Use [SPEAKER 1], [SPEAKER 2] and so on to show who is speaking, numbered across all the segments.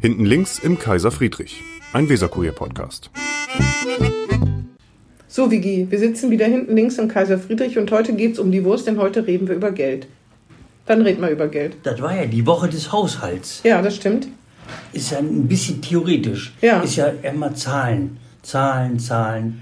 [SPEAKER 1] Hinten links im Kaiser Friedrich, ein Weserkurier-Podcast.
[SPEAKER 2] So, Vigi, wir sitzen wieder hinten links im Kaiser Friedrich und heute geht's um die Wurst, denn heute reden wir über Geld. Dann reden wir über Geld.
[SPEAKER 3] Das war ja die Woche des Haushalts.
[SPEAKER 2] Ja, das stimmt.
[SPEAKER 3] Ist ja ein bisschen theoretisch.
[SPEAKER 2] Ja.
[SPEAKER 3] Ist ja immer Zahlen. Zahlen, Zahlen.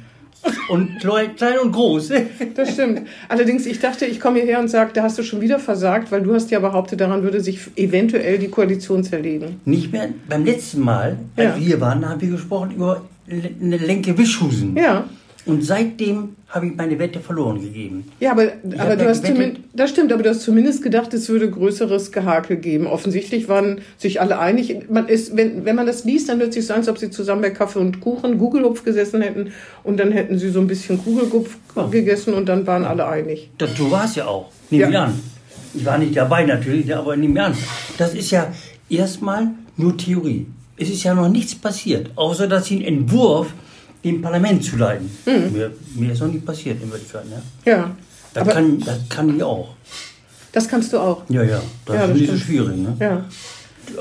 [SPEAKER 3] Und klein klein und groß.
[SPEAKER 2] Das stimmt. Allerdings, ich dachte, ich komme hierher und sage, da hast du schon wieder versagt, weil du hast ja behauptet, daran würde sich eventuell die Koalition zerlegen.
[SPEAKER 3] Nicht mehr. Beim letzten Mal, als
[SPEAKER 2] Ja.
[SPEAKER 3] wir hier waren, haben wir gesprochen über Le- eine Lenke Wischhusen.
[SPEAKER 2] Ja.
[SPEAKER 3] Und seitdem habe ich meine Wette verloren gegeben.
[SPEAKER 2] Ja, aber, aber
[SPEAKER 3] hab
[SPEAKER 2] du
[SPEAKER 3] ja
[SPEAKER 2] hast
[SPEAKER 3] gewettet.
[SPEAKER 2] zumindest, das stimmt, aber du hast zumindest gedacht, es würde größeres Gehakel geben. Offensichtlich waren sich alle einig. Man ist, wenn, wenn man das liest, dann hört sich so an, als ob sie zusammen bei Kaffee und Kuchen Gugelhupf gesessen hätten und dann hätten sie so ein bisschen Kugelgupf
[SPEAKER 3] Ja.
[SPEAKER 2] gegessen und dann waren alle einig.
[SPEAKER 3] Das, du warst ja auch. Nehmen wir
[SPEAKER 2] Ja.
[SPEAKER 3] an. Ich war nicht dabei natürlich, ja, aber nehmen wir an. Das ist ja erstmal nur Theorie. Es ist ja noch nichts passiert, außer dass sie einen Entwurf dem Parlament zu leiten. Mir, mir ist noch nicht passiert in Wirklichkeit. Ne?
[SPEAKER 2] Ja.
[SPEAKER 3] Das,
[SPEAKER 2] Mhm. aber
[SPEAKER 3] kann, das kann ich auch.
[SPEAKER 2] das kannst du auch.
[SPEAKER 3] Ja, ja. Das
[SPEAKER 2] Ja,
[SPEAKER 3] ist
[SPEAKER 2] das
[SPEAKER 3] nicht so
[SPEAKER 2] stimmt.
[SPEAKER 3] schwierig. Ne?
[SPEAKER 2] Ja.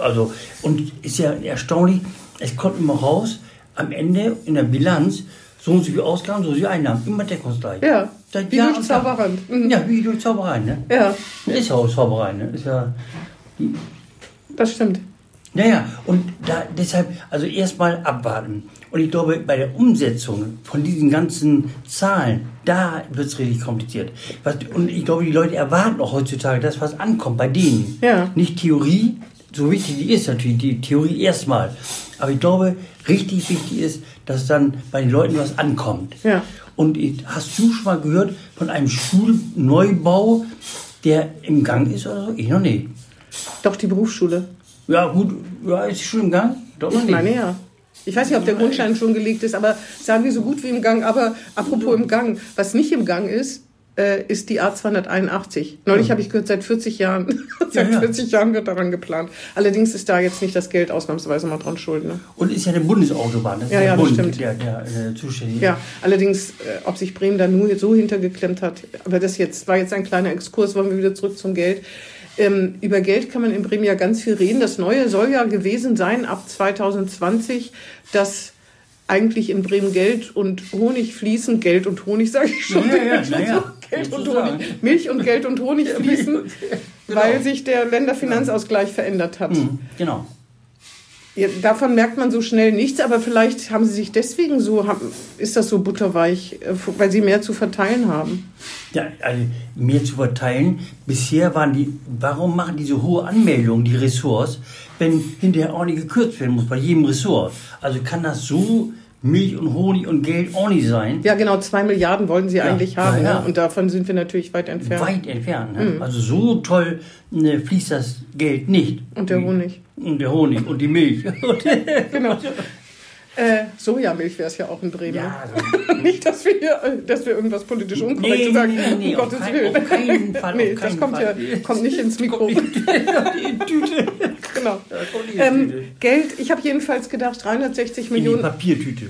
[SPEAKER 3] Also, und ist ja erstaunlich, es kommt immer raus, am Ende in der Bilanz, so und so viel Ausgaben, so und so viel Einnahmen, immer deckungsgleich.
[SPEAKER 2] Ja, wie
[SPEAKER 3] Jahr
[SPEAKER 2] durch
[SPEAKER 3] und Tag.
[SPEAKER 2] Zauberhand. Mhm.
[SPEAKER 3] Ja, wie durch Zauberei, ne?
[SPEAKER 2] Ja,
[SPEAKER 3] Ist ja auch Zauberei, ne? Ist ja,
[SPEAKER 2] das stimmt.
[SPEAKER 3] ja, ja, und da, deshalb, also erstmal abwarten. Und ich glaube, bei der Umsetzung von diesen ganzen Zahlen, da wird es richtig kompliziert. Was, und ich glaube, die Leute erwarten auch heutzutage, dass was ankommt bei denen.
[SPEAKER 2] Ja.
[SPEAKER 3] Nicht Theorie, so wichtig die ist natürlich, die Theorie erstmal. Aber ich glaube, richtig wichtig ist, dass dann bei den Leuten was ankommt.
[SPEAKER 2] Ja.
[SPEAKER 3] Und ich- hast du schon mal gehört von einem Schulneubau, der im Gang ist oder so? Ich noch nicht.
[SPEAKER 2] Doch die Berufsschule.
[SPEAKER 3] Ja, gut, ja, ist schon im Gang. Doch noch
[SPEAKER 2] Ich
[SPEAKER 3] nicht.
[SPEAKER 2] meine ja. Ich weiß nicht, ob der Grundstein schon gelegt ist, aber sagen wir so gut wie im Gang. Aber apropos im Gang, was nicht im Gang ist, äh, ist die A281. Neulich habe ich gehört, seit 40 Jahren, seit
[SPEAKER 3] ja.
[SPEAKER 2] 40 Jahren wird daran geplant. Allerdings ist da jetzt nicht das Geld ausnahmsweise mal dran schuld. Ne?
[SPEAKER 3] Und ist ja eine Bundesautobahn. Das
[SPEAKER 2] Ja,
[SPEAKER 3] ist
[SPEAKER 2] ja,
[SPEAKER 3] der
[SPEAKER 2] das
[SPEAKER 3] Bund,
[SPEAKER 2] stimmt.
[SPEAKER 3] Der, der, äh, zuständig
[SPEAKER 2] Ja, allerdings, äh, ob sich Bremen da nur so hintergeklemmt hat, aber das jetzt war jetzt ein kleiner Exkurs, wollen wir wieder zurück zum Geld. Ähm, über Geld kann man in Bremen ja ganz viel reden. Das Neue soll ja gewesen sein ab 2020, dass eigentlich in Bremen Geld und Honig fließen. Geld und Honig, sage ich schon.
[SPEAKER 3] Ja, ja, ja, ja.
[SPEAKER 2] Geld und
[SPEAKER 3] Sozusagen.
[SPEAKER 2] Honig. Milch und Geld und Honig fließen,
[SPEAKER 3] Genau.
[SPEAKER 2] weil sich der Länderfinanzausgleich verändert hat.
[SPEAKER 3] Hm, Genau.
[SPEAKER 2] Ja, davon merkt man so schnell nichts, aber vielleicht haben sie sich deswegen so, haben, ist das so butterweich, äh, weil sie mehr zu verteilen haben.
[SPEAKER 3] Ja, also mehr zu verteilen. Bisher waren die, warum machen diese hohe Anmeldung die Ressorts, wenn hinterher auch nicht gekürzt werden muss bei jedem Ressort? Also kann das so Milch und Honig und Geld auch nicht sein?
[SPEAKER 2] Ja, genau, zwei Milliarden wollten sie eigentlich
[SPEAKER 3] ja,
[SPEAKER 2] haben.
[SPEAKER 3] ja.
[SPEAKER 2] Ne? Und davon sind wir natürlich weit entfernt.
[SPEAKER 3] Weit entfernt. Ne?
[SPEAKER 2] Mhm.
[SPEAKER 3] Also so toll ne, fließt das Geld nicht.
[SPEAKER 2] Und der Honig.
[SPEAKER 3] Und der Honig und die Milch.
[SPEAKER 2] Genau. Äh, Sojamilch wäre es ja auch in Bremen.
[SPEAKER 3] ja,
[SPEAKER 2] Nicht, dass wir, hier, äh, dass wir irgendwas politisch unkorrekt
[SPEAKER 3] Nee,
[SPEAKER 2] sagen.
[SPEAKER 3] nee, nee, nee,
[SPEAKER 2] um
[SPEAKER 3] auf
[SPEAKER 2] Gottes
[SPEAKER 3] kein-
[SPEAKER 2] Willen.
[SPEAKER 3] auf keinen Fall, auf
[SPEAKER 2] nee, das
[SPEAKER 3] keinen
[SPEAKER 2] kommt
[SPEAKER 3] Fall.
[SPEAKER 2] ja kommt nicht ins Mikro.
[SPEAKER 3] die Tüte.
[SPEAKER 2] genau.
[SPEAKER 3] kommt nicht ins Mikro.
[SPEAKER 2] Ähm, Geld, ich habe jedenfalls gedacht, 360
[SPEAKER 3] In die
[SPEAKER 2] Millionen
[SPEAKER 3] Papiertüte.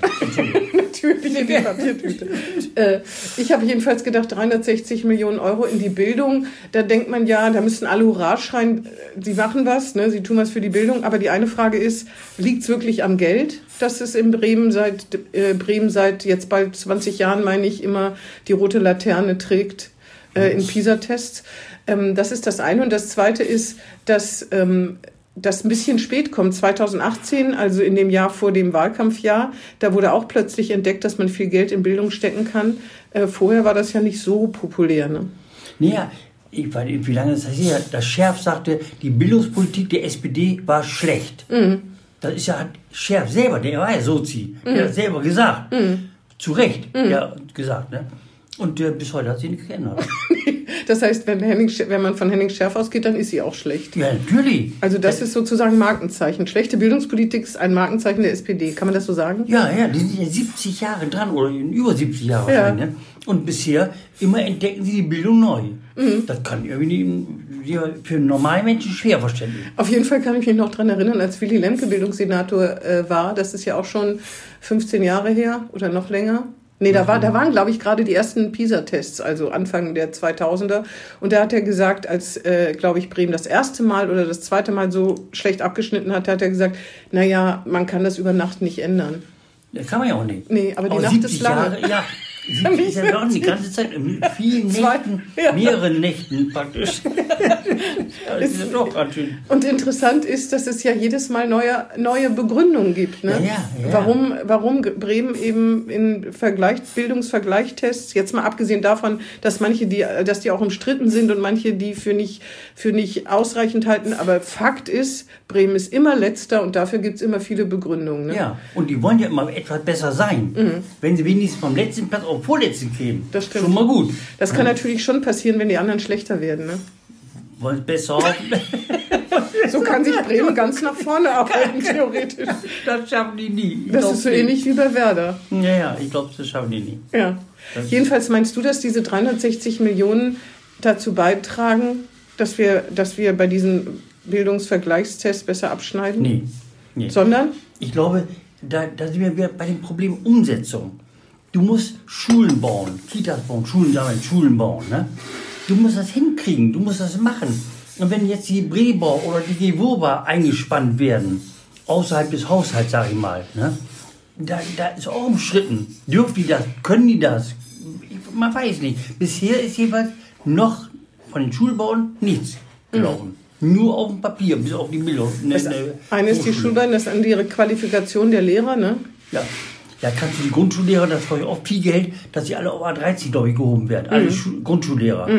[SPEAKER 2] Natürlich in die Papiertüte. äh, ich habe jedenfalls gedacht, 360 Millionen Euro in die Bildung. Da denkt man ja, da müssen alle Hurra schreien, äh, sie machen was, ne? sie tun was für die Bildung. Aber die eine Frage ist, liegt es wirklich am Geld, dass es in Bremen seit, äh, Bremen seit jetzt bald 20 Jahren, meine ich, immer die rote Laterne trägt? äh, in PISA-Tests. Ähm, das ist das eine. Und das zweite ist, dass ähm, das ein bisschen spät kommt. 2018, also in dem Jahr vor dem Wahlkampfjahr, da wurde auch plötzlich entdeckt, dass man viel Geld in Bildung stecken kann. Äh, vorher war das ja nicht so populär. Ne?
[SPEAKER 3] Naja, ich weiß nicht, wie lange das hier. Das Schärf sagte, die Bildungspolitik der SPD war schlecht. Das ist ja hat Schärf selber, der war ja Sozi, der hat selber gesagt. Zu Recht, der hat gesagt. Ne? Und äh, bis heute hat sich nichts geändert.
[SPEAKER 2] Das heißt, wenn, Henning, Sch- wenn man von Henning Schärf ausgeht, dann ist sie auch schlecht.
[SPEAKER 3] ja, natürlich.
[SPEAKER 2] Also das ist sozusagen Markenzeichen. Schlechte Bildungspolitik ist ein Markenzeichen der SPD. Kann man das so sagen?
[SPEAKER 3] Ja, ja, die sind ja 70 Jahre dran oder über 70 Jahre
[SPEAKER 2] Ja.
[SPEAKER 3] dran. Ne? Und bisher immer entdecken sie die Bildung neu. Das kann irgendwie nicht, für einen normalen Menschen schwer verständlich.
[SPEAKER 2] Auf jeden Fall kann ich mich noch dran erinnern, als Willy Lemke Bildungssenator äh, war, das ist ja auch schon 15 Jahre her oder noch länger, Nee, da, war, da waren, glaube ich, gerade die ersten PISA-Tests, also Anfang der 2000er. Und da hat er gesagt, als, äh, glaube ich, Bremen das erste Mal oder das zweite Mal so schlecht abgeschnitten hat, hat er gesagt, naja, man kann das über Nacht nicht ändern.
[SPEAKER 3] Das kann man ja auch nicht.
[SPEAKER 2] Nee, aber die Nacht ist
[SPEAKER 3] 70
[SPEAKER 2] lange.
[SPEAKER 3] Jahre, ja, 70 ist ja noch die ganze Zeit, in vielen
[SPEAKER 2] Zwei-
[SPEAKER 3] Nächten,
[SPEAKER 2] ja.
[SPEAKER 3] mehreren Nächten praktisch. ja, das ist ja doch ganz schön.
[SPEAKER 2] Und interessant ist, dass es ja jedes Mal neue, neue Begründungen gibt. Ne?
[SPEAKER 3] Ja, ja, ja.
[SPEAKER 2] Warum, warum G- Bremen eben in Vergleich, Bildungsvergleichstests, jetzt mal abgesehen davon, dass manche, die, dass die auch umstritten sind und manche, die für nicht, für nicht ausreichend halten. Aber Fakt ist, Bremen ist immer letzter und dafür gibt's immer viele Begründungen. Ne?
[SPEAKER 3] Ja, und die wollen ja immer etwas besser sein. Wenn sie wenigstens vom letzten Platz auf den vorletzten kämen.
[SPEAKER 2] Mhm. Das stimmt.
[SPEAKER 3] Schon mal gut.
[SPEAKER 2] Das kann natürlich schon passieren, wenn die anderen schlechter werden. Ne?
[SPEAKER 3] Wollen es besser hoffen.
[SPEAKER 2] So kann sich Bremen ganz nach vorne arbeiten, theoretisch.
[SPEAKER 3] das schaffen die nie. Ich
[SPEAKER 2] Das
[SPEAKER 3] glaub's
[SPEAKER 2] ist so
[SPEAKER 3] nicht.
[SPEAKER 2] ähnlich wie bei Werder.
[SPEAKER 3] Ja, ja, ich glaube, das schaffen die nie.
[SPEAKER 2] Ja. Jedenfalls meinst du, dass diese 360 Millionen dazu beitragen, dass wir, dass wir bei diesen Bildungsvergleichstests besser abschneiden?
[SPEAKER 3] Nee. nee.
[SPEAKER 2] Sondern?
[SPEAKER 3] Ich glaube, da, da sind wir wieder bei dem Problem Umsetzung. Du musst Schulen bauen, Kitas bauen, Schulen sammeln, Schulen bauen. Ne? Du musst das hinkriegen, du musst das machen. Und wenn jetzt die Breber oder die Gewoba eingespannt werden, außerhalb des Haushalts, sag ich mal, ne? da, da ist auch umstritten. Dürfen die das? Können die das? Ich- Man weiß nicht. Bisher ist jeweils noch von den Schulbauen nichts gelaufen. Nur auf dem Papier, bis auf die Bildung. Ne,
[SPEAKER 2] Mhm. Das
[SPEAKER 3] ne,
[SPEAKER 2] eine ist die
[SPEAKER 3] Hochschule.
[SPEAKER 2] Schulbein, das andere die Qualifikation der Lehrer, ne?
[SPEAKER 3] Ja. Da kannst du die Grundschullehrer, das glaube ich auch viel Geld, dass sie alle auf A13, glaube ich, gehoben werden.
[SPEAKER 2] Mhm.
[SPEAKER 3] Alle Schu Grundschullehrer.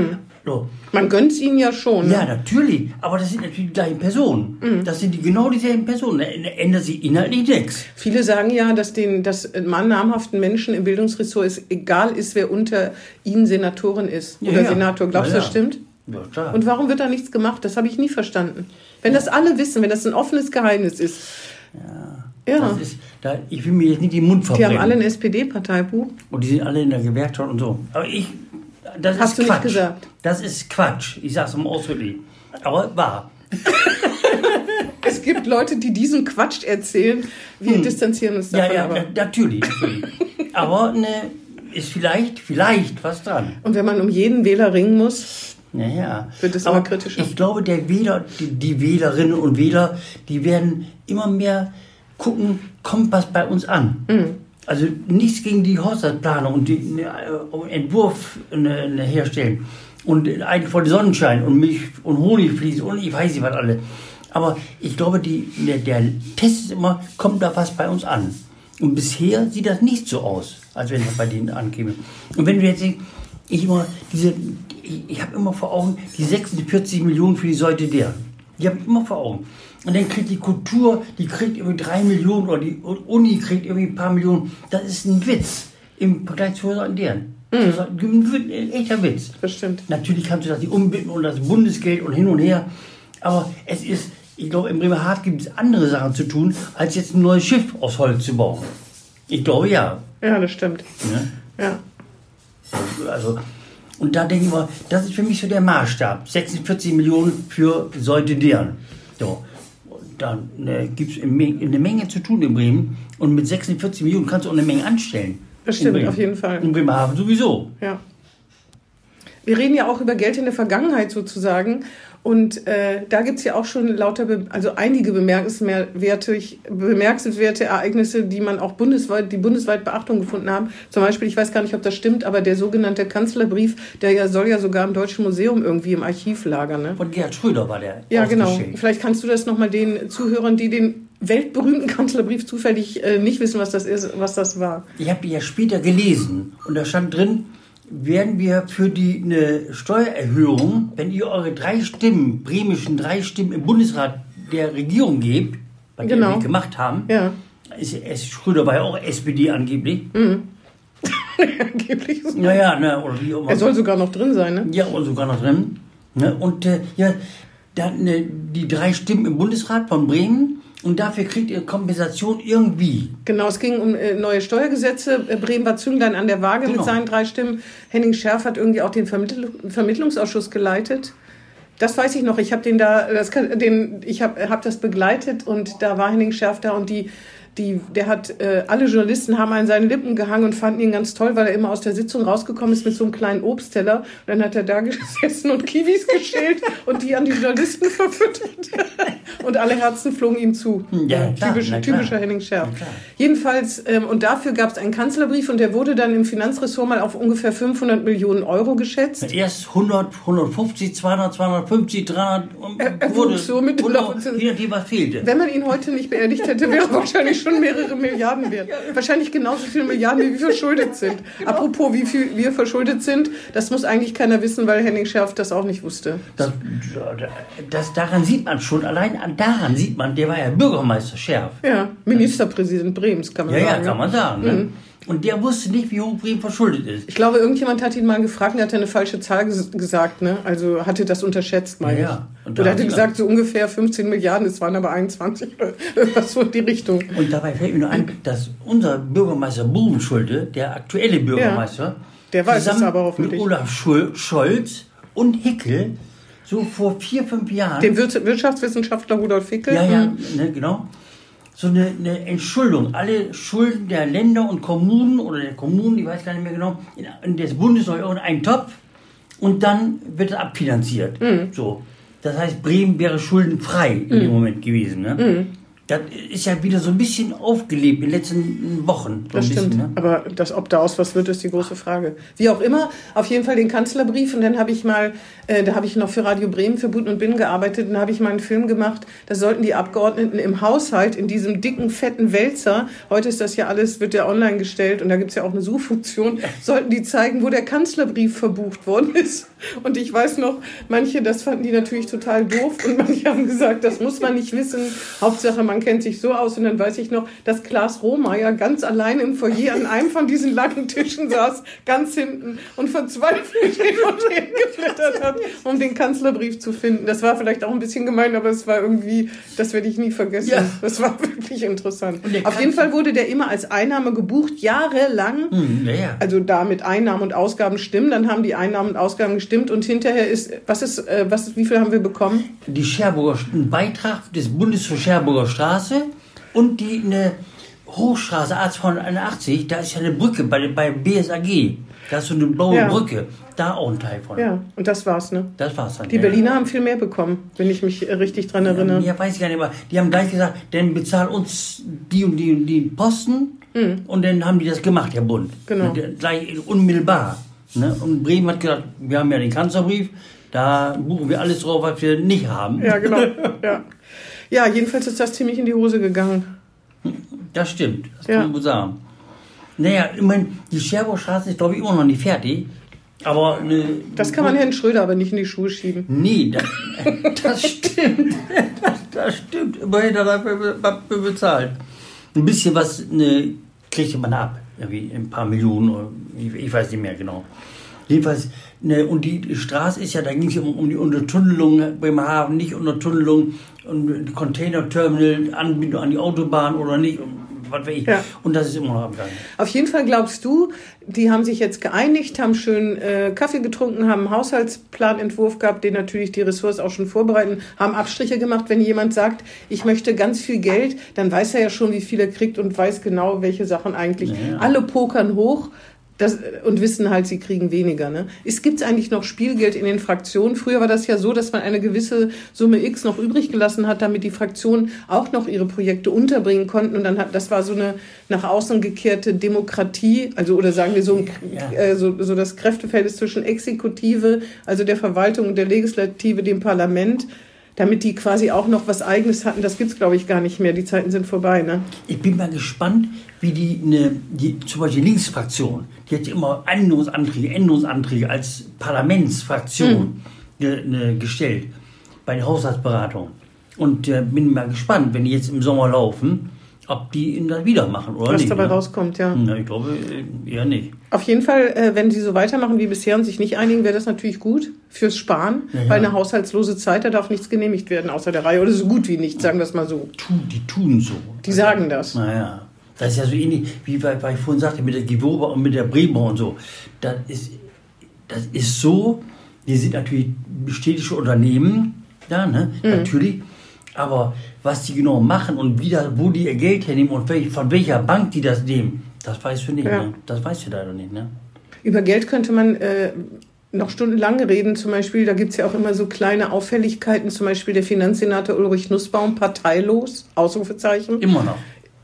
[SPEAKER 3] So.
[SPEAKER 2] Man gönnt ihnen ja schon. Ne?
[SPEAKER 3] Ja, natürlich. Aber das sind natürlich die gleichen Personen.
[SPEAKER 2] Mhm.
[SPEAKER 3] Das sind die, genau dieselben Personen. Da ä- ändert sich inhaltlich nichts.
[SPEAKER 2] Viele sagen ja, dass den dass man namhaften Menschen im Bildungsressort es egal ist, wer unter ihnen Senatorin ist
[SPEAKER 3] Ja,
[SPEAKER 2] oder
[SPEAKER 3] ja.
[SPEAKER 2] Senator. Glaubst
[SPEAKER 3] Ja,
[SPEAKER 2] du,
[SPEAKER 3] ja.
[SPEAKER 2] das stimmt?
[SPEAKER 3] Ja, klar.
[SPEAKER 2] Und warum wird da nichts gemacht? Das habe ich nie verstanden. Wenn das alle wissen, wenn das ein offenes Geheimnis ist. Ja.
[SPEAKER 3] das ist, da, ich will mir jetzt nicht den Mund
[SPEAKER 2] Die
[SPEAKER 3] verbrennen.
[SPEAKER 2] haben alle ein SPD-Parteibuch.
[SPEAKER 3] Und die sind alle in der Gewerkschaft und so. Aber ich, das
[SPEAKER 2] Hast
[SPEAKER 3] ist
[SPEAKER 2] du nicht
[SPEAKER 3] Quatsch.
[SPEAKER 2] gesagt.
[SPEAKER 3] Das ist Quatsch. Ich sag's mal ausdrücklich. Aber wahr.
[SPEAKER 2] Es gibt Leute, die diesen Quatsch erzählen. Wir distanzieren uns
[SPEAKER 3] Hm. Ja,
[SPEAKER 2] davon
[SPEAKER 3] ja,
[SPEAKER 2] aber.
[SPEAKER 3] na- natürlich. natürlich. aber ne, ist vielleicht, vielleicht was dran.
[SPEAKER 2] Und wenn man um jeden Wähler ringen muss,
[SPEAKER 3] Naja.
[SPEAKER 2] Wird es immer kritischer?
[SPEAKER 3] Ich glaube, der Wähler, die, die Wählerinnen und Wähler, die werden immer mehr gucken, kommt was bei uns an.
[SPEAKER 2] Mhm.
[SPEAKER 3] Also nichts gegen die Haushaltsplanung und den äh, Entwurf ne, ne, herstellen und ein voll Sonnenschein und Milch und Honig fließen und ich weiß nicht was alle. Aber ich glaube, die, der, der Test ist immer, kommt da was bei uns an. Und bisher sieht das nicht so aus, als wenn das bei denen ankäme. Und wenn wir jetzt ich immer diese, ich, ich habe immer vor Augen die 46 Millionen für die Seite der. Die habe ich immer vor Augen. Und dann kriegt die Kultur, die kriegt irgendwie drei Millionen oder die Uni kriegt irgendwie ein paar Millionen. Das ist ein Witz im Vergleich zu Häusern und deren. Das ist ein echter Witz.
[SPEAKER 2] Das stimmt.
[SPEAKER 3] Natürlich kannst du das nicht umbinden und das Bundesgeld und hin und her. Aber es ist, ich glaube, in Bremerhaven gibt es andere Sachen zu tun, als jetzt ein neues Schiff aus Holz zu bauen. Ich glaube ja.
[SPEAKER 2] ja, das stimmt.
[SPEAKER 3] Ne?
[SPEAKER 2] Ja.
[SPEAKER 3] Also, und da denke ich mal, das ist für mich so der Maßstab. 46 Millionen für sollte deren. So. Und Dann ne, gibt es eine Menge zu tun in Bremen. Und mit 46 Millionen kannst du auch eine Menge anstellen.
[SPEAKER 2] Das
[SPEAKER 3] In
[SPEAKER 2] stimmt,
[SPEAKER 3] Bremen.
[SPEAKER 2] auf jeden Fall.
[SPEAKER 3] In Bremerhaven sowieso.
[SPEAKER 2] Ja. Wir reden ja auch über Geld in der Vergangenheit sozusagen. Und äh, da gibt's ja auch schon lauter, Be also einige bemerkenswerte, bemerkenswerte Ereignisse, die man auch bundesweit, die bundesweit Beachtung gefunden haben. Zum Beispiel, ich weiß gar nicht, ob das stimmt, aber der sogenannte Kanzlerbrief, der ja soll ja sogar im Deutschen Museum irgendwie im Archiv lagern. Ne?
[SPEAKER 3] Von Gerhard Schröder war der.
[SPEAKER 2] Ja, genau.
[SPEAKER 3] ausgeschenkt.
[SPEAKER 2] Vielleicht kannst du das nochmal den Zuhörern, die den weltberühmten Kanzlerbrief zufällig äh, nicht wissen, was das ist, was das war.
[SPEAKER 3] Ich habe die ja später gelesen und da stand drin, werden wir für die eine Steuererhöhung, wenn ihr eure drei Stimmen, bremischen drei Stimmen im Bundesrat der Regierung gebt, was wir
[SPEAKER 2] Genau.
[SPEAKER 3] nicht gemacht haben,
[SPEAKER 2] Ja,
[SPEAKER 3] ist, ist Schröder war ja auch SPD angeblich.
[SPEAKER 2] Mhm. angeblich.
[SPEAKER 3] Naja, ne, oder wie auch immer.
[SPEAKER 2] Er soll sogar noch drin sein, ne?
[SPEAKER 3] Ja, und sogar noch drin. Ne? Und äh, ja, dann äh, die drei Stimmen im Bundesrat von Bremen und dafür kriegt ihr Kompensation irgendwie.
[SPEAKER 2] Genau, es ging um äh, neue Steuergesetze. Äh, Bremen war Zünglein an der Waage
[SPEAKER 3] Genau.
[SPEAKER 2] mit seinen drei Stimmen. Henning Schärf hat irgendwie auch den Vermittl Vermittlungsausschuss geleitet. Das weiß ich noch. äh, Ich habe den da, das kann, den, ich habe hab das begleitet und da war Henning Schärf da und die die, der hat, äh, alle Journalisten haben an seinen Lippen gehangen und fanden ihn ganz toll, weil er immer aus der Sitzung rausgekommen ist mit so einem kleinen Obstteller. Und dann hat er da gesessen und Kiwis geschält und die an die Journalisten verfüttert. und alle Herzen flogen ihm zu.
[SPEAKER 3] Hm,
[SPEAKER 2] Äh,
[SPEAKER 3] Ja, klar,
[SPEAKER 2] typisch,
[SPEAKER 3] na klar.
[SPEAKER 2] typischer Henning Scherf.
[SPEAKER 3] Na klar.
[SPEAKER 2] Jedenfalls, ähm, und dafür gab es einen Kanzlerbrief und der wurde dann im Finanzressort mal auf ungefähr 500 Millionen Euro geschätzt.
[SPEAKER 3] Erst 100, 150, 200, 250, 300 und
[SPEAKER 2] er wuchs so mit
[SPEAKER 3] wurde,
[SPEAKER 2] Lauf-
[SPEAKER 3] je nachdem, was fehlte.
[SPEAKER 2] Wenn man ihn heute nicht beerdigt hätte, wäre er wahrscheinlich schon mehrere Milliarden wert. Wahrscheinlich genauso viele Milliarden, wie wir verschuldet sind. Apropos, wie viel wir verschuldet sind, das muss eigentlich keiner wissen, weil Henning Schärf das auch nicht wusste.
[SPEAKER 3] Das, das, daran sieht man schon, allein an- daran sieht man, der war ja Bürgermeister Schärf.
[SPEAKER 2] Ja, Ministerpräsident Brems, kann man
[SPEAKER 3] Ja, ja,
[SPEAKER 2] sagen.
[SPEAKER 3] kann man sagen. Ne?
[SPEAKER 2] Mhm.
[SPEAKER 3] Und der wusste nicht, wie hoch Bremen verschuldet ist.
[SPEAKER 2] Ich glaube, irgendjemand hat ihn mal gefragt und hat eine falsche Zahl ges gesagt, ne? Also hatte das unterschätzt, meine
[SPEAKER 3] Ja, ja.
[SPEAKER 2] ich.
[SPEAKER 3] Und da
[SPEAKER 2] Oder
[SPEAKER 3] hat
[SPEAKER 2] hatte
[SPEAKER 3] er-
[SPEAKER 2] gesagt, so ungefähr 15 Milliarden, es waren aber 21 oder irgendwas so in die Richtung.
[SPEAKER 3] Und dabei fällt mir nur ein, dass unser Bürgermeister Bubenschulte, der aktuelle Bürgermeister,
[SPEAKER 2] Der weiß es
[SPEAKER 3] zusammen
[SPEAKER 2] aber hoffentlich.
[SPEAKER 3] mit Olaf Schul- Scholz und Hickel so vor vier, fünf Jahren,
[SPEAKER 2] Dem Wir- Wirtschaftswissenschaftler Rudolf Hickel.
[SPEAKER 3] ja, ja, ne, genau, so eine, eine Entschuldung, alle Schulden der Länder und Kommunen oder der Kommunen, ich weiß gar nicht mehr genau, in, in des Bundes soll in einen Topf und dann wird es abfinanziert.
[SPEAKER 2] Mhm.
[SPEAKER 3] So. Das heißt, Bremen wäre schuldenfrei in dem Moment gewesen. Ne?
[SPEAKER 2] Mhm.
[SPEAKER 3] Das ist ja wieder so ein bisschen aufgelebt in den letzten Wochen. So
[SPEAKER 2] Das
[SPEAKER 3] ein
[SPEAKER 2] stimmt.
[SPEAKER 3] Bisschen, ne?
[SPEAKER 2] Aber das, ob daraus was wird, ist die große Frage. Wie auch immer, auf jeden Fall den Kanzlerbrief. Und dann habe ich mal, äh, da habe ich noch für Radio Bremen, für Buten und Binnen gearbeitet. Und da habe ich mal einen Film gemacht. Da sollten die Abgeordneten im Haushalt in diesem dicken, fetten Wälzer, heute ist das ja alles, wird ja online gestellt und da gibt es ja auch eine Suchfunktion, sollten die zeigen, wo der Kanzlerbrief verbucht worden ist. Und ich weiß noch, manche, das fanden die natürlich total doof und manche haben gesagt, das muss man nicht wissen. Hauptsache, man kennt sich so aus. Und dann weiß ich noch, dass Klaas Rohmeier ganz allein im Foyer an einem von diesen langen Tischen saß, ganz hinten und verzweifelt hin und her geblättert hat, um den Kanzlerbrief zu finden. Das war vielleicht auch ein bisschen gemein, aber es war irgendwie, das werde ich nie vergessen.
[SPEAKER 3] Ja.
[SPEAKER 2] Das war wirklich interessant.
[SPEAKER 3] der
[SPEAKER 2] Auf jeden
[SPEAKER 3] Kanzler-
[SPEAKER 2] Fall wurde der immer als Einnahme gebucht, jahrelang
[SPEAKER 3] Hm, ja, ja.
[SPEAKER 2] also da mit Einnahmen und Ausgaben stimmen, dann haben die Einnahmen und Ausgaben gestimmt und hinterher ist, was ist, äh, was, wie viel haben wir bekommen?
[SPEAKER 3] die Scherburger, ein Beitrag des Bundes zur Scherburger Straße und die eine Hochstraße A281, da ist ja eine Brücke bei, bei BSAG. Da ist so eine blaue
[SPEAKER 2] Ja.
[SPEAKER 3] Brücke. Da auch ein Teil von.
[SPEAKER 2] Ja, und das war's, ne?
[SPEAKER 3] Das war's dann.
[SPEAKER 2] Die
[SPEAKER 3] ja.
[SPEAKER 2] Berliner haben viel mehr bekommen, wenn ich mich äh, richtig dran erinnere.
[SPEAKER 3] Ja, weiß ich gar nicht, aber die haben gleich gesagt, dann bezahlt uns die und die und die Posten und dann haben die das gemacht, der Bund.
[SPEAKER 2] Hm. Genau.
[SPEAKER 3] Und, äh, Gleich unmittelbar. Ne? Und Bremen hat gesagt, wir haben ja den Kanzlerbrief, da buchen wir alles drauf, was wir nicht haben.
[SPEAKER 2] Ja, genau. Ja. ja, jedenfalls ist das ziemlich in die Hose gegangen.
[SPEAKER 3] Das stimmt, das
[SPEAKER 2] Ja.
[SPEAKER 3] kann man wohl sagen. Naja, ich meine, die Scherburger Straße ist, glaube ich, immer noch nicht fertig. Aber ne,
[SPEAKER 2] Das kann man Herrn Schröder aber nicht in die Schuhe schieben.
[SPEAKER 3] nee, das, das stimmt. Das, das stimmt. Immerhin hat er dafür be- be- bezahlt. Ein bisschen was ne, kriegte man ab. Irgendwie ein paar Millionen, oder, ich, ich weiß nicht mehr genau. Jedenfalls, ne, und die Straße ist ja, da ging es um, um die Untertunnelung Bremerhaven, nicht Untertunnelung, und Containerterminal, Anbindung an die Autobahn oder nicht, und was weiß ich.
[SPEAKER 2] Ja.
[SPEAKER 3] Und das ist immer noch am Gang.
[SPEAKER 2] Auf jeden Fall glaubst du, die haben sich jetzt geeinigt, haben schön äh, Kaffee getrunken, haben einen Haushaltsplanentwurf gehabt, den natürlich die Ressorts auch schon vorbereiten, haben Abstriche gemacht. Wenn jemand sagt, ich möchte ganz viel Geld, dann weiß er ja schon, wie viel er kriegt und weiß genau, welche Sachen eigentlich.
[SPEAKER 3] Naja.
[SPEAKER 2] Alle pokern hoch. Das, und wissen halt, sie kriegen weniger. Ne? Es gibt eigentlich noch Spielgeld in den Fraktionen. Früher war das ja so, dass man eine gewisse Summe X noch übrig gelassen hat, damit die Fraktionen auch noch ihre Projekte unterbringen konnten. Und dann hat das war so eine nach außen gekehrte Demokratie, also oder sagen wir so, ein-
[SPEAKER 3] Ja.
[SPEAKER 2] äh, so, so das Kräftefeld ist zwischen Exekutive, also der Verwaltung und der Legislative, dem Parlament, damit die quasi auch noch was Eigenes hatten. Das gibt's glaube ich gar nicht mehr. Die Zeiten sind vorbei. Ne?
[SPEAKER 3] Ich bin mal gespannt, wie die, ne, die zum Beispiel die Linksfraktion, die hat ja immer Änderungsanträge, Änderungsanträge als
[SPEAKER 2] Hm.
[SPEAKER 3] Parlamentsfraktion ge, ne, gestellt bei den Haushaltsberatungen. Und äh, bin mal gespannt, wenn die jetzt im Sommer laufen, ob die ihn dann wieder machen oder
[SPEAKER 2] Was
[SPEAKER 3] nicht.
[SPEAKER 2] dabei
[SPEAKER 3] ne?
[SPEAKER 2] rauskommt, ja.
[SPEAKER 3] Na, ich glaube äh, eher nicht.
[SPEAKER 2] Auf jeden Fall, äh, wenn sie so weitermachen wie bisher und sich nicht einigen, wäre das natürlich gut fürs Sparen,
[SPEAKER 3] ja.
[SPEAKER 2] weil eine haushaltslose Zeit, da darf nichts genehmigt werden außer der Reihe oder so gut wie nichts, sagen wir es mal so.
[SPEAKER 3] Tu, die tun so.
[SPEAKER 2] Die sagen das.
[SPEAKER 3] Naja, das ist ja so ähnlich, wie bei, bei ich vorhin sagte, mit der Gewober und mit der Bremer und so. Das ist, das ist
[SPEAKER 2] Mhm.
[SPEAKER 3] so, die sind natürlich städtische Unternehmen, ja, ne, natürlich. Aber was die genau machen und wie das, wo die ihr Geld hernehmen und wel- von welcher Bank die das nehmen, das weißt du nicht.
[SPEAKER 2] Ja.
[SPEAKER 3] Ne? Das weißt du leider nicht. Ne?
[SPEAKER 2] Über Geld könnte man äh, noch stundenlang reden. Zum Beispiel, da gibt's ja auch immer so kleine Auffälligkeiten. Zum Beispiel der Finanzsenator Ulrich Nussbaum, parteilos, Ausrufezeichen.
[SPEAKER 3] Immer noch.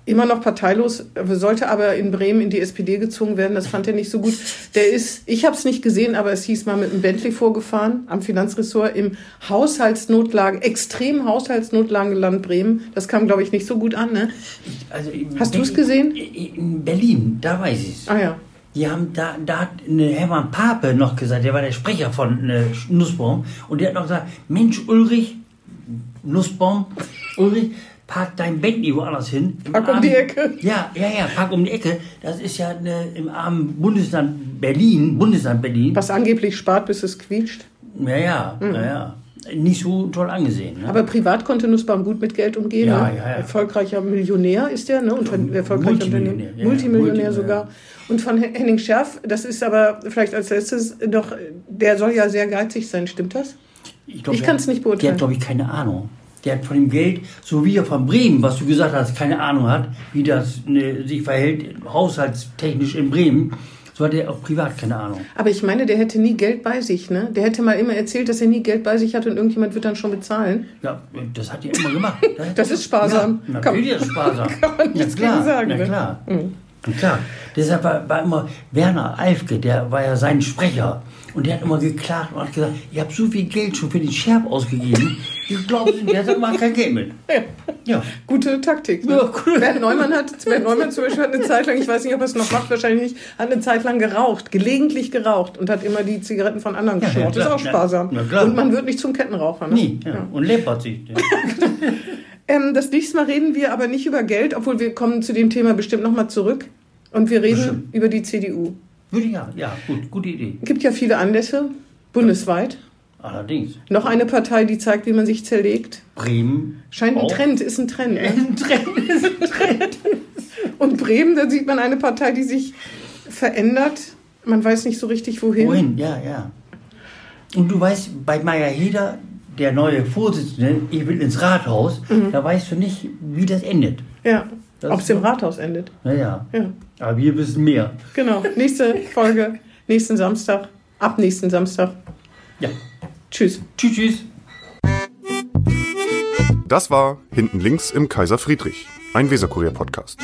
[SPEAKER 2] Immer noch parteilos, äh, sollte aber in Bremen in die SPD gezogen werden. Das fand er nicht so gut. Der ist, ich habe es nicht gesehen, aber es hieß mal mit einem Bentley vorgefahren am Finanzressort im Haushaltsnotlagen, extrem Haushaltsnotlagenland Bremen. Das kam, glaube ich, nicht so gut an. Ne?
[SPEAKER 3] Also,
[SPEAKER 2] Hast du's gesehen?
[SPEAKER 3] In Berlin, da weiß ich es.
[SPEAKER 2] Ah ja.
[SPEAKER 3] Die haben da, da hat eine Hermann Pape noch gesagt, der war der Sprecher von äh, Nussbaum, und der hat noch gesagt, Mensch Ulrich, Nussbaum, Ulrich, park dein Bentley woanders hin. Im
[SPEAKER 2] Park um
[SPEAKER 3] armen-
[SPEAKER 2] die Ecke.
[SPEAKER 3] Ja, ja, ja, park um die Ecke. Das ist ja eine, im armen Bundesland Berlin, Bundesland Berlin.
[SPEAKER 2] Was Mhm. angeblich spart, bis es quietscht.
[SPEAKER 3] Ja, ja, ja, ja. Nicht so toll angesehen. Ne?
[SPEAKER 2] Aber privat konnte Nussbaum gut mit Geld umgehen.
[SPEAKER 3] Ja,
[SPEAKER 2] ne?
[SPEAKER 3] ja, ja.
[SPEAKER 2] Erfolgreicher Millionär ist er, ne? Unter, erfolgreicher
[SPEAKER 3] Multimillionär,
[SPEAKER 2] Unternehmer.
[SPEAKER 3] ja, ja.
[SPEAKER 2] Multimillionär
[SPEAKER 3] Multimillionär.
[SPEAKER 2] sogar. Und von Hen- Henning Scherf, das ist aber vielleicht als letztes noch, der soll ja sehr geizig sein, stimmt das?
[SPEAKER 3] glaub,
[SPEAKER 2] ich
[SPEAKER 3] der-
[SPEAKER 2] kann's nicht beurteilen.
[SPEAKER 3] Der hat, glaube ich, keine Ahnung. Der hat von dem Geld, so wie er von Bremen, was du gesagt hast, keine Ahnung hat, wie das ne, sich verhält, haushaltstechnisch in Bremen, so hat er auch privat keine Ahnung.
[SPEAKER 2] Aber ich meine, der hätte nie Geld bei sich, ne? Der hätte mal immer erzählt, dass er nie Geld bei sich hat und irgendjemand wird dann schon bezahlen.
[SPEAKER 3] Ja, das hat er immer gemacht.
[SPEAKER 2] Das ist sparsam.
[SPEAKER 3] Ja,
[SPEAKER 2] Kann-
[SPEAKER 3] natürlich ist das sparsam.
[SPEAKER 2] kann man nichts
[SPEAKER 3] na klar,
[SPEAKER 2] gegen sagen,
[SPEAKER 3] Na
[SPEAKER 2] ne?
[SPEAKER 3] klar. Na klar. Deshalb war, war immer Werner Eifke, der war ja sein Sprecher. Und der hat immer geklagt und hat gesagt, ihr habt so viel Geld schon für den Scherb ausgegeben. Ich glaube, der hat mal kein Geld mit. Ja.
[SPEAKER 2] Gute Taktik. Ne?
[SPEAKER 3] Ja, cool.
[SPEAKER 2] Bernd Neumann hat, Bernd Neumann zum Beispiel hat eine Zeit lang, ich weiß nicht, ob er es noch macht, wahrscheinlich nicht, hat eine Zeit lang geraucht, gelegentlich geraucht und hat immer die Zigaretten von anderen
[SPEAKER 3] Ja,
[SPEAKER 2] geschraubt.
[SPEAKER 3] ja,
[SPEAKER 2] ist
[SPEAKER 3] klar,
[SPEAKER 2] auch
[SPEAKER 3] na-
[SPEAKER 2] sparsam.
[SPEAKER 3] na klar.
[SPEAKER 2] und man wird nicht zum Kettenraucher. Ne?
[SPEAKER 3] Nee, ja. und läppert sich. Ja.
[SPEAKER 2] Ähm, das nächste Mal reden wir aber nicht über Geld, obwohl wir kommen zu dem Thema bestimmt nochmal zurück. Und wir reden
[SPEAKER 3] Bestimmt.
[SPEAKER 2] über die CDU.
[SPEAKER 3] Würde ich ja, ja, gut, gute Idee.
[SPEAKER 2] Es gibt ja viele Anlässe bundesweit.
[SPEAKER 3] Allerdings,
[SPEAKER 2] Noch eine Partei, die zeigt, wie man sich zerlegt.
[SPEAKER 3] Bremen.
[SPEAKER 2] Scheint ein
[SPEAKER 3] auch
[SPEAKER 2] Trend, ist ein Trend. Ne?
[SPEAKER 3] Ein Trend.
[SPEAKER 2] Und Bremen, da sieht man eine Partei, die sich verändert. Man weiß nicht so richtig, wohin.
[SPEAKER 3] Wohin, ja, ja. Und du weißt, bei Meier Heder, der neue Vorsitzende, ich will ins Rathaus, da weißt du nicht, wie das endet.
[SPEAKER 2] Ja,
[SPEAKER 3] Das
[SPEAKER 2] ob es
[SPEAKER 3] ist
[SPEAKER 2] im
[SPEAKER 3] so.
[SPEAKER 2] Rathaus endet.
[SPEAKER 3] Naja,
[SPEAKER 2] Ja,
[SPEAKER 3] aber wir wissen mehr.
[SPEAKER 2] genau. Nächste Folge, nächsten Samstag. Ab nächsten Samstag.
[SPEAKER 3] Ja.
[SPEAKER 2] Tschüss.
[SPEAKER 3] Tschüss, tschüss.
[SPEAKER 1] Das war Hinten links im Kaiser Friedrich, ein Weserkurier-Podcast.